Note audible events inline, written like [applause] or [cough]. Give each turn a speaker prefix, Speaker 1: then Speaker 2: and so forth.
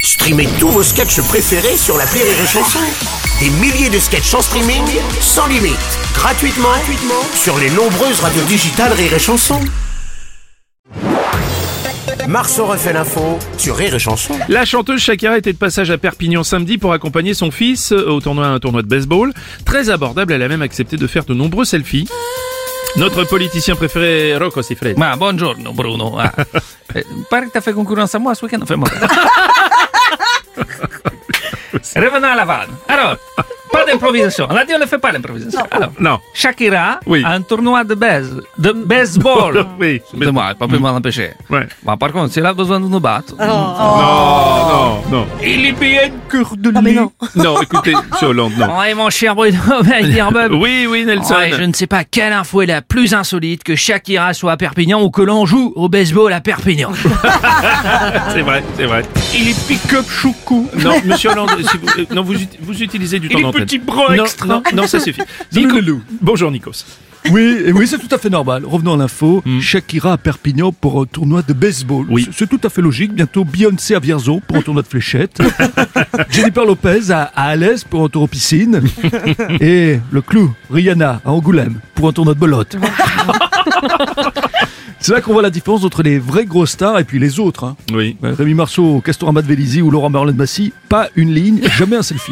Speaker 1: Streamez tous vos sketchs préférés sur la Rire et Chanson. Des milliers de sketchs en streaming, sans limite, gratuitement, gratuitement sur les nombreuses radios digitales Rire et Chanson. Marceau refait l'info sur Rire et Chanson.
Speaker 2: La chanteuse Shakira était de passage à Perpignan samedi pour accompagner son fils euh, au tournoi, un tournoi de baseball. Très abordable, elle a même accepté de faire de nombreux selfies. Notre politicien préféré, Rocco Siffredi.
Speaker 3: Ma buongiorno Bruno.
Speaker 2: [laughs]
Speaker 3: Ah, eh, pare que t'as fait concurrence à moi ce week-end. Fais-moi. Revenons à la vanne. Alors, pas d'improvisation. On a dit on ne fait pas d'improvisation. Alors,
Speaker 2: Non.
Speaker 3: Shakira
Speaker 2: Oui.
Speaker 3: a un tournoi de, base, de baseball.
Speaker 2: [laughs] Oui. mais-
Speaker 3: Excusez-moi, pas plus mal empêché.
Speaker 2: Ouais.
Speaker 3: Bon, par contre, s'il a besoin de nous battre, Oh.
Speaker 2: Non, non, non.
Speaker 3: il est bien cœur de lui. [laughs]
Speaker 2: Non, écoutez, monsieur Hollande, non.
Speaker 3: Ouais, mon cher Bruno, ben,
Speaker 2: [laughs]
Speaker 3: dire, ben,
Speaker 2: Oui, oui, Nelson.
Speaker 3: Ouais, je ne sais pas quelle info est la plus insolite que Shakira soit à Perpignan ou que l'on joue au baseball à Perpignan.
Speaker 2: C'est vrai, c'est vrai.
Speaker 3: Il est pick-up choucou. [laughs]
Speaker 2: Non, monsieur Hollande, si vous, euh, non, vous, ut- vous utilisez du temps
Speaker 3: est
Speaker 2: d'antenne.
Speaker 3: petit hein. bras
Speaker 2: non,
Speaker 3: extra.
Speaker 2: Non, non, ça suffit.
Speaker 4: Nico-
Speaker 2: Bonjour, Nikos.
Speaker 4: Oui, et oui, c'est tout à fait normal. Revenons à l'info. Shakira à Perpignan pour un tournoi de baseball.
Speaker 2: Oui.
Speaker 4: C'est c'est tout à fait logique. Bientôt Beyoncé à Vierzon pour un tournoi de fléchettes. Jennifer Lopez à, à Alès pour un tour aux piscines. Et le clou, Rihanna à Angoulême pour un tournoi de belote. C'est là qu'on voit la différence entre les vraies grosses stars et puis les autres. hein.
Speaker 2: Oui.
Speaker 4: Ouais, Rémi Marceau, Castorama de Vélizy ou Laurent Merlin de Massy, pas une ligne, jamais un selfie.